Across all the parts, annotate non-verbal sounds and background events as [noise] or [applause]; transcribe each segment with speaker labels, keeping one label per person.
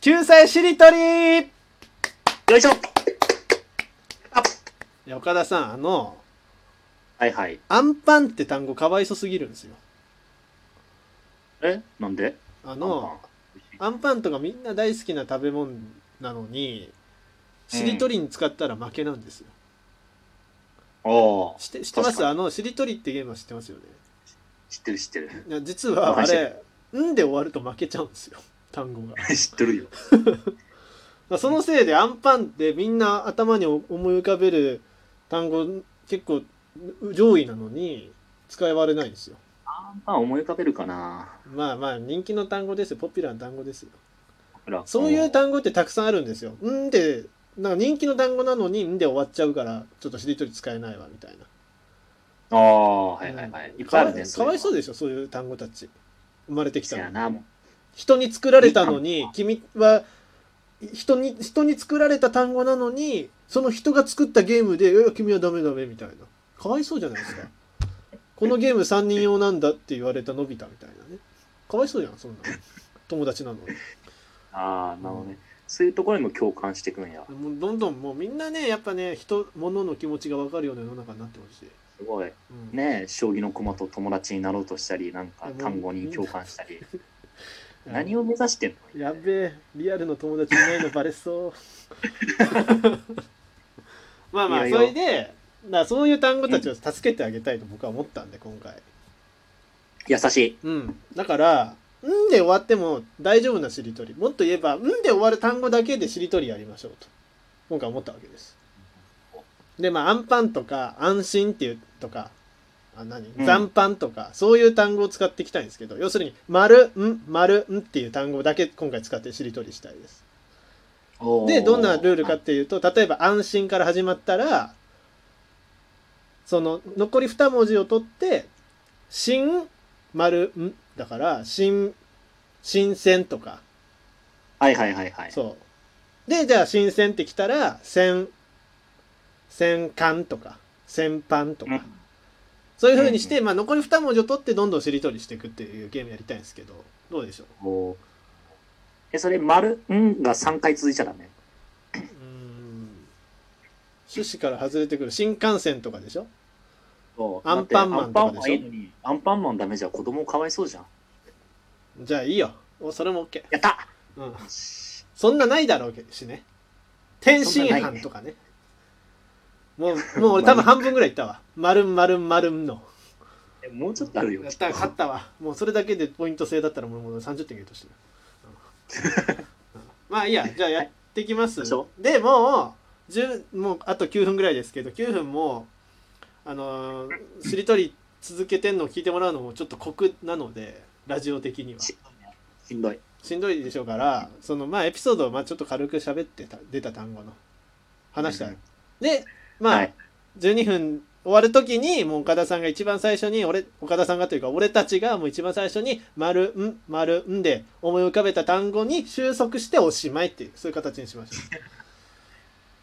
Speaker 1: 救済しりとり
Speaker 2: よいしょ
Speaker 1: いや岡田さんあの
Speaker 2: はいはい。
Speaker 1: 「アンパン」って単語かわいそすぎるんですよ
Speaker 2: えなんで
Speaker 1: あ
Speaker 2: あ
Speaker 1: のアンパンとかみんな大好きな食べ物なのにしりとりに使ったら負けなんですよ、
Speaker 2: おー
Speaker 1: 知って知ってま
Speaker 2: 確
Speaker 1: す
Speaker 2: か
Speaker 1: あのしりとりってゲームは知ってますよね
Speaker 2: 知ってる知ってる。 [laughs]
Speaker 1: いや実はあ
Speaker 2: はい知っ
Speaker 1: れ「ん」で終わると負けちゃうんですよ単語が
Speaker 2: 知ってるよ。
Speaker 1: まあそのせいでアンパンってみんな頭に思い浮かべる単語結構上位なのに使われないんですよ
Speaker 2: まあ思い浮かべるかな。
Speaker 1: まあまあ人気の単語ですよポピュラーな単語ですよ
Speaker 2: ほら
Speaker 1: そういう
Speaker 2: あの
Speaker 1: 単語ってたくさんあるんですよんでなんか人気の単語なのにんで終わっちゃうからちょっとしりとり使えないわみたいな
Speaker 2: ああ、はいはいはい。いっぱいあるね。
Speaker 1: かわいそうう
Speaker 2: で
Speaker 1: でしょそういう単語たち生まれてきた
Speaker 2: や
Speaker 1: の
Speaker 2: な、もう
Speaker 1: 人に作られたのに君は人に人に作られた単語なのにその人が作ったゲームで「いや君はダメダメ」みたいなかわいそうじゃないですかこのゲーム3人用なんだって言われたのび太みたいなねかわいそうじゃんそんなの友達なのに
Speaker 2: ああ、なるほどね。そういうところにも共感してくんや。
Speaker 1: もうどんどんもうみんなねやっぱね人物の気持ちが分かるような世の中になってほしい、
Speaker 2: すごい。
Speaker 1: うん
Speaker 2: ねえ将棋の駒と友達になろうとしたり、なんか単語に共感したり。何を目指してんの
Speaker 1: やべえリアルの友達いないのバレ
Speaker 2: [laughs]
Speaker 1: そうまあまあ
Speaker 2: いやい
Speaker 1: それ
Speaker 2: や
Speaker 1: でだからそういう単語たちを助けてあげたいと僕は思ったんで今回
Speaker 2: 優しい。
Speaker 1: うんだから「ん」で終わっても大丈夫なしりとりもっと言えば「ん」で終わる単語だけでしりとりやりましょうと今回思ったわけですでまあ「アンパン」とか「安心」っていうとかあ何
Speaker 2: うん
Speaker 1: 残飯とか、そういう単語を使っていきたいんですけど要するに「丸ん」「丸ん」っていう単語だけ今回使ってしりとりしたいです
Speaker 2: おー
Speaker 1: でどんなルールかっていうと例えば「安心」から始まったらその残り2文字を取って「しん」「丸ん」だから「しん」「新鮮」とか
Speaker 2: はいはいはいはい。
Speaker 1: そうでじゃあ「新鮮」ってきたら「せん」「せんかん」とか「せんぱん」と
Speaker 2: う
Speaker 1: か
Speaker 2: ん
Speaker 1: そういうふうにして、まあ、残り2文字を取ってどんどんしりとりしていくっていうゲームやりたいんですけどどうでしょう
Speaker 2: おーえ、それ、丸、んが3回続いちゃダメ。
Speaker 1: うーん趣旨から外れてくる新幹線とかでしょ
Speaker 2: そう
Speaker 1: アンパンマンとかでしょ
Speaker 2: アンパンマンはいいのにアンパンマンダメじゃ子供かわいそうじゃん。
Speaker 1: じゃあいいよおそれも OK
Speaker 2: やった
Speaker 1: うん、そんなないだろうしね天津飯とかねもうもう俺多分半分ぐらいいったわ「まるんまるんまるん」の
Speaker 2: えもうちょっとあるよ
Speaker 1: や。った勝ったわもうそれだけでポイント制だったらもうもう30点ゲットしてる、うんうんまあいいやじゃあやってきます、
Speaker 2: はいそう
Speaker 1: でもう10もうあと9分ぐらいですけど9分もあのー
Speaker 2: [laughs]
Speaker 1: しりとり続けてんのを聞いてもらうのもちょっと酷なのでラジオ的には
Speaker 2: ししんどい。
Speaker 1: しんどいでしょうからそのまあエピソードをまあちょっと軽く喋ってた出た単語の話したら、
Speaker 2: うん
Speaker 1: でまあ、
Speaker 2: はい
Speaker 1: 12分終わる時にもう岡田さんが一番最初に俺岡田さんがというか俺たちがもう一番最初に「丸ん丸ん」で思い浮かべた単語に収束しておしまいっていうそういう形にしまし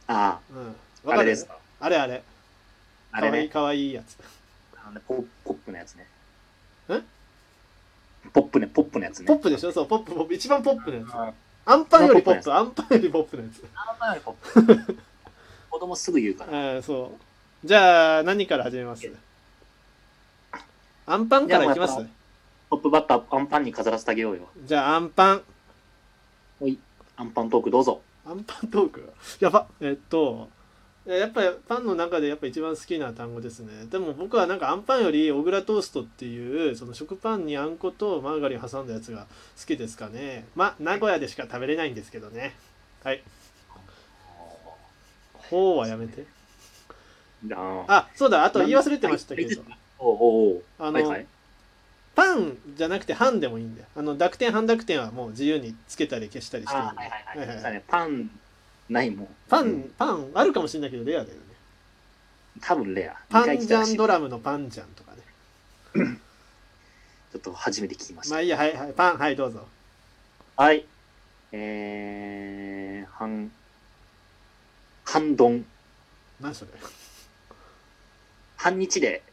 Speaker 2: あ
Speaker 1: ょう、うん、
Speaker 2: あ、
Speaker 1: わ
Speaker 2: あ
Speaker 1: か
Speaker 2: れ
Speaker 1: る
Speaker 2: ですか。
Speaker 1: あれあれ
Speaker 2: あ
Speaker 1: か
Speaker 2: れ
Speaker 1: わいい
Speaker 2: ね。
Speaker 1: かわいいやつ
Speaker 2: あのねポポップのやつね。
Speaker 1: え
Speaker 2: ポップね、ポップのやつね。
Speaker 1: ポップでしょそうポップポップ一番ポップのやつ
Speaker 2: あ
Speaker 1: アンパンよりポ
Speaker 2: ポッ
Speaker 1: ッ
Speaker 2: プ
Speaker 1: プアンパンよりポップのやつ
Speaker 2: あんまりポップ。
Speaker 1: [laughs]
Speaker 2: 子供すぐ言うから。
Speaker 1: ああそうじゃあ何から始めますアンパンからいきま
Speaker 2: じゃあ
Speaker 1: す
Speaker 2: まトップバッター、アンパンに飾らせてあげようよ。
Speaker 1: じゃあアンパン
Speaker 2: アンパントークどうぞ。
Speaker 1: アンパントークやばえっといややっぱりパンの中でやっぱ一番好きな単語ですねでも僕はなんかアンパンより小倉トーストっていうその食パンにあんことマーガリン挟んだやつが好きですかねまあ名古屋でしか食べれないんですけどねはいほうはやめて
Speaker 2: ああ。
Speaker 1: あそうだあと言い忘れてましたけど
Speaker 2: おうおうおう
Speaker 1: あの、
Speaker 2: はいはい。
Speaker 1: パンじゃなくて半でもいいんだよあの濁点半濁点はもう自由につけたり消したりしていいんだ
Speaker 2: あはいはいはい。
Speaker 1: はいはい
Speaker 2: そうだねパン、ないもん。
Speaker 1: パン、
Speaker 2: うん
Speaker 1: パンあるかもしれないけどレアだよね
Speaker 2: 多分レア。
Speaker 1: パ
Speaker 2: 二回
Speaker 1: ンジ
Speaker 2: 来たら
Speaker 1: ャ
Speaker 2: し
Speaker 1: ン
Speaker 2: い
Speaker 1: ドラムのパンジャンとかね
Speaker 2: ちょっと初めて聞きまし
Speaker 1: ま
Speaker 2: た。
Speaker 1: あいいやはいはいパンはいどうぞ
Speaker 2: はい。えー、半、半丼、
Speaker 1: 何それ
Speaker 2: 半日で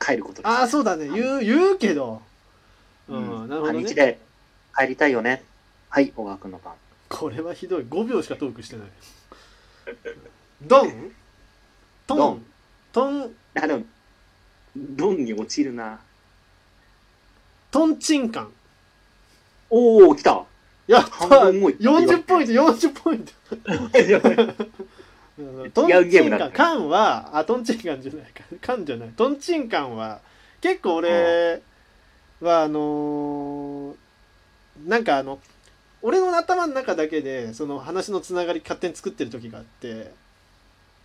Speaker 2: 帰ることです。
Speaker 1: ああそうだね言う言うけどうん、なるほど
Speaker 2: 半日
Speaker 1: ね
Speaker 2: で帰りたいよね。はい、小川君の番。
Speaker 1: これはひどい5秒しかトークしてないドント
Speaker 2: ド
Speaker 1: ントン
Speaker 2: あでもドンに落ちるな
Speaker 1: トンチンカン
Speaker 2: おお
Speaker 1: [laughs]
Speaker 2: 来た
Speaker 1: やった
Speaker 2: 半分もう
Speaker 1: 40ポイント40ポイント
Speaker 2: やばい
Speaker 1: ト
Speaker 2: 違う
Speaker 1: ン
Speaker 2: ゲー
Speaker 1: チ
Speaker 2: ム
Speaker 1: ン
Speaker 2: だ
Speaker 1: カ
Speaker 2: っ
Speaker 1: ン
Speaker 2: た
Speaker 1: カンはあトンチンカンじゃないかカンじゃないトンチンカンは結構俺はあのーなんかあの俺の頭の中だけでその話のつながり勝手に作ってる時があって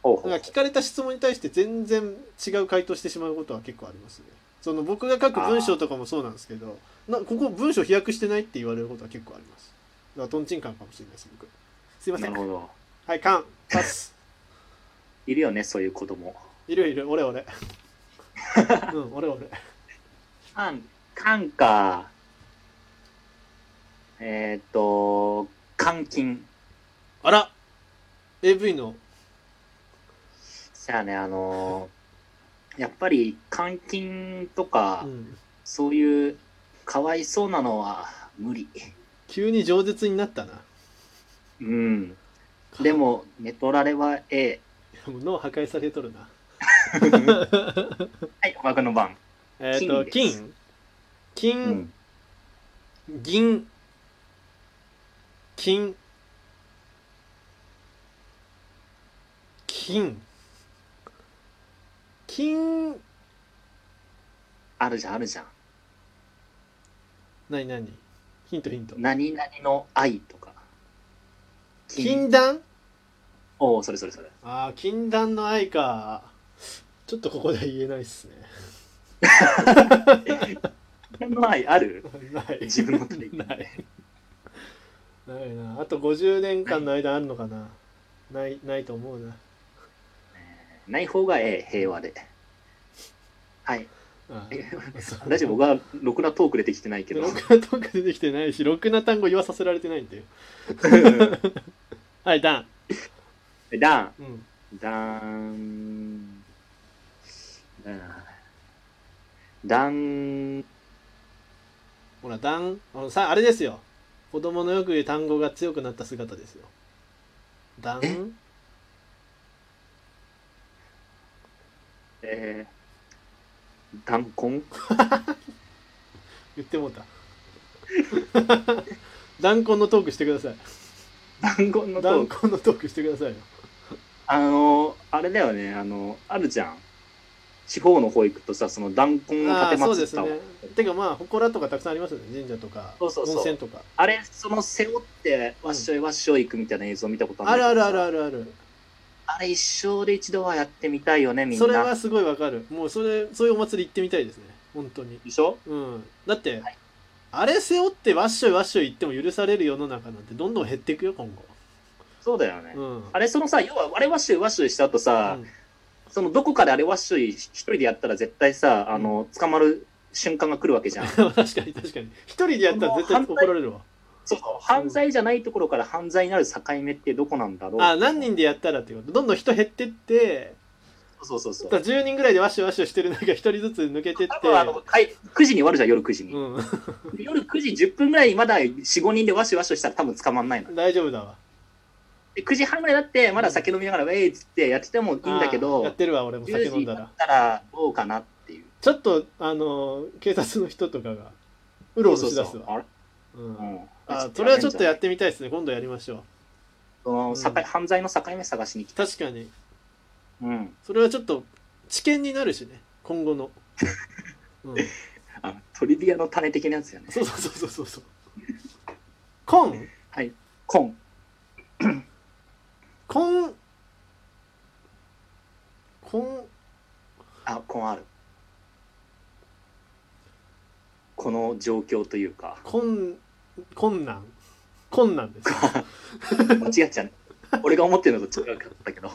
Speaker 2: お
Speaker 1: だから
Speaker 2: う
Speaker 1: 聞かれた質問に対して全然違う回答してしまうことは結構ありますね。その僕が書く文章とかもそうなんですけど、なここ文章飛躍してないって言われることは結構あります。だからトンチンカンかもしれないです、僕。すいませ
Speaker 2: なんる。ほど
Speaker 1: はい、カン、パス。
Speaker 2: いるよねそういう子供
Speaker 1: いるいる、俺 [laughs] 俺。うん、俺俺。
Speaker 2: カンカンかえー、っと監禁
Speaker 1: あら !AV の。
Speaker 2: じゃあねあのーやっぱり監禁とか、
Speaker 1: うん。
Speaker 2: そういうかわいそうなのは無理
Speaker 1: 急に饒舌になったな。
Speaker 2: うんでも寝取られはええ
Speaker 1: もう脳破壊されとるな。
Speaker 2: はい僕の番
Speaker 1: えっ、と、
Speaker 2: 金で
Speaker 1: 金金、
Speaker 2: うん
Speaker 1: 銀金金金
Speaker 2: あるじゃんあるじゃん
Speaker 1: 何何ヒントヒント
Speaker 2: 何々の愛とか
Speaker 1: 禁断
Speaker 2: おおそれそれそれ
Speaker 1: ああ禁断の愛かちょっとここでは言えないっ
Speaker 2: [laughs]
Speaker 1: すね
Speaker 2: 何の愛ある
Speaker 1: ない
Speaker 2: 自分の体 [laughs] 験
Speaker 1: ないないなあと50年間の間あるのかなないないと思うな
Speaker 2: ない方がええ平和ではい [laughs]
Speaker 1: あ
Speaker 2: 大丈夫僕はろくなトークでできてないけど
Speaker 1: ろくなトーク出てきてないしろくな単語言わさせられてないんだよはいダン
Speaker 2: [laughs] ダン
Speaker 1: うん
Speaker 2: ダンダンダン
Speaker 1: ほら、だん、あのさ、あれですよ。子供のよく言う単語が強くなった姿ですよ。だん、
Speaker 2: ええー、ダンコ [laughs] ン
Speaker 1: 言ってもうた。 [laughs] 弾痕のトークしてください。
Speaker 2: ダンコンのト
Speaker 1: 弾
Speaker 2: ーク
Speaker 1: 痕のトークしてくださいよ。
Speaker 2: あのあれだよねあのあるじゃん地方の保育とさそのダンコンの
Speaker 1: ああー、
Speaker 2: 建
Speaker 1: そう
Speaker 2: 松
Speaker 1: です
Speaker 2: さ
Speaker 1: ね
Speaker 2: をあ,、。
Speaker 1: てかまあ、祠とかたくさんありますよね。神社とか、
Speaker 2: そうそうそう
Speaker 1: 温泉とか。
Speaker 2: れその背負ってわっしょいわっしょい行くみたいな映像見たこと
Speaker 1: あるあるあるあ
Speaker 2: る
Speaker 1: るある。
Speaker 2: あれ一生で一度はやってみたいよねみんな
Speaker 1: それはすごいわかる。もうそれ、そういうお祭り行ってみたいですね。本当に。
Speaker 2: でしょ
Speaker 1: うん。だって、あれ背負ってわっしょいわっしょい言っても許される世の中なんてどんどん減っていくよ、今後。
Speaker 2: そうだよね、
Speaker 1: うん。
Speaker 2: あれそのさ要はあれワッシュワッシュした後さ、
Speaker 1: うん [laughs]
Speaker 2: そのどこかであれワッシュ一人でやったら絶対さあの捕まる瞬間が来るわけじゃん
Speaker 1: 確かに確かに一人でやったら絶対怒られるわ
Speaker 2: そうそう犯罪じゃないところから犯罪になる境目ってどこなんだろう
Speaker 1: あ何人でやったらってことどんどん人減ってって
Speaker 2: そうそうそ
Speaker 1: だ
Speaker 2: う
Speaker 1: か
Speaker 2: そう
Speaker 1: ら10人ぐらいでワシュワシュしてる中一人ずつ抜けてっ
Speaker 2: 多
Speaker 1: て
Speaker 2: 分あのかい9時に終わるじゃん夜9時に、
Speaker 1: う
Speaker 2: 夜9時10分ぐらいにまだ45人でワッシュワッシュしたら多分捕まんないの
Speaker 1: ん [laughs] 大丈夫だわ
Speaker 2: で9時半ぐらいだってまだ酒飲みながらウェイっつってやっててもいいんだ
Speaker 1: あ
Speaker 2: け
Speaker 1: ーや
Speaker 2: ど
Speaker 1: ってるわ俺も酒
Speaker 2: 10時
Speaker 1: 飲ん
Speaker 2: に
Speaker 1: だ
Speaker 2: な
Speaker 1: ら
Speaker 2: ったらどうかなっていう
Speaker 1: ちょっとあの警察の人とかがうろうろしだすわ
Speaker 2: そうそうそうあれ
Speaker 1: うん
Speaker 2: うん
Speaker 1: あそれはちょっとやってみたいですね今度やりましょ
Speaker 2: その境
Speaker 1: うん
Speaker 2: 犯罪の境目探しに来
Speaker 1: う
Speaker 2: た
Speaker 1: 確かに
Speaker 2: うん
Speaker 1: それはちょっと知見になるしね今後
Speaker 2: [laughs]
Speaker 1: の、うん、
Speaker 2: あのトリビアの種的なやつよね。
Speaker 1: そうそうそうそうそうコン
Speaker 2: コン。
Speaker 1: コンコン
Speaker 2: あ、コンある。この状況というか、
Speaker 1: 困困難困難です
Speaker 2: 間違っちゃう。俺が思ってるのと違うかったけど。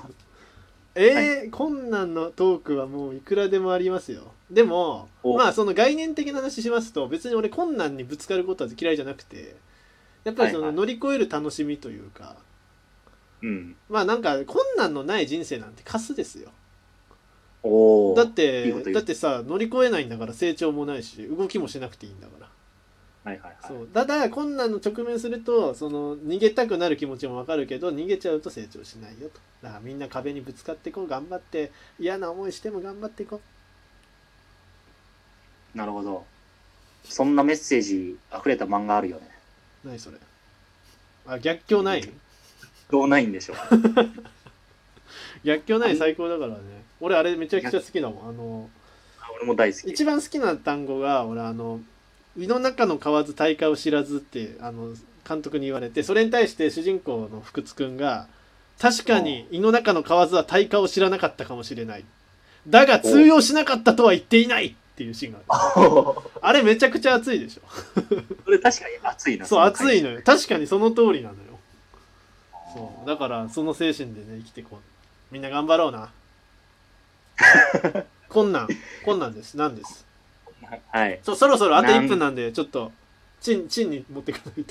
Speaker 1: えー困難のトークはもういくらでもありますよでも
Speaker 2: お
Speaker 1: まあその概念的な話しますと別に俺困難にぶつかることは嫌いじゃなくてやっぱりその
Speaker 2: はいはい
Speaker 1: 乗り越える楽しみというか、
Speaker 2: うん。
Speaker 1: まあなんか困難のない人生なんてカスですよ
Speaker 2: おお。
Speaker 1: だって
Speaker 2: いいこと言う
Speaker 1: だってさ乗り越えないんだから成長もないし動きもしなくていいんだから
Speaker 2: はいはいはい。
Speaker 1: そうただ困難の直面するとその逃げたくなる気持ちもわかるけど逃げちゃうと成長しないよとだからみんな壁にぶつかっていこう頑張って嫌な思いしても頑張っていこ
Speaker 2: なるほど。そんなメッセージ溢れた漫画あるよね。
Speaker 1: う何それあ逆境ない
Speaker 2: どうないんでしょう。
Speaker 1: 逆境ない最高だからね俺あれめちゃくちゃ好きだもんあの
Speaker 2: 俺も大好き。
Speaker 1: 一番好きな単語が俺あの「胃の中の蛙大海を知らず」ってあの監督に言われてそれに対して主人公の福津くんが「確かに胃の中の蛙は大海を知らなかったかもしれない」「だが通用しなかったとは言っていない」っていうシーンがあるあれめちゃくちゃ熱いでしょ
Speaker 2: それ確かに熱いな。
Speaker 1: そう熱い
Speaker 2: な。
Speaker 1: のよ確かにその通りなのよそうだからその精神でね生きてこうみんな頑張ろう [laughs] な困難困難ですなんです
Speaker 2: はい。
Speaker 1: そうそろそろあと
Speaker 2: なん
Speaker 1: 1分なんでちょっとチンチンに持っていかない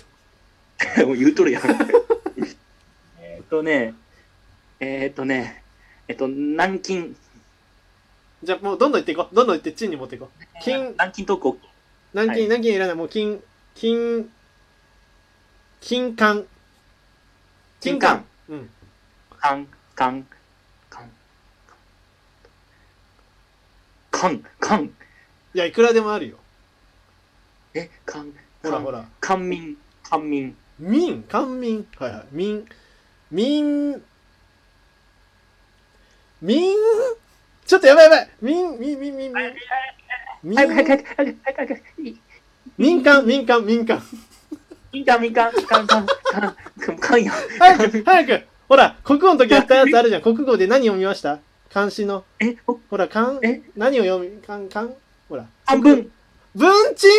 Speaker 1: と
Speaker 2: もう言うとるやん。えっとね、えーっとね、えっと、南京。
Speaker 1: じゃあもうどんどんいっていこうどんどんいってチンに持っていこう金
Speaker 2: 南京トーク
Speaker 1: 南京、
Speaker 2: はい
Speaker 1: 南京いらないもう金金金管
Speaker 2: 金管
Speaker 1: うん
Speaker 2: カン、カン、カン、カン、カン、
Speaker 1: いやいくらでもあるよ
Speaker 2: え、カン、
Speaker 1: ほらほら
Speaker 2: カンミン、カンミン、
Speaker 1: 民官民はいはい民民民ちょっとやばいやばい民民民民民民
Speaker 2: はいはいはいはいはいはいはい。
Speaker 1: 民間民間民間
Speaker 2: ミンカン、ミンカン、カン、カン、カン、カン、カンや。
Speaker 1: 早く早くほら国語の時やったやつあるじゃん国語で何読みました漢詩の
Speaker 2: え、
Speaker 1: ほら漢
Speaker 2: え
Speaker 1: 何を読み漢漢ほら
Speaker 2: 半分。
Speaker 1: 文鎮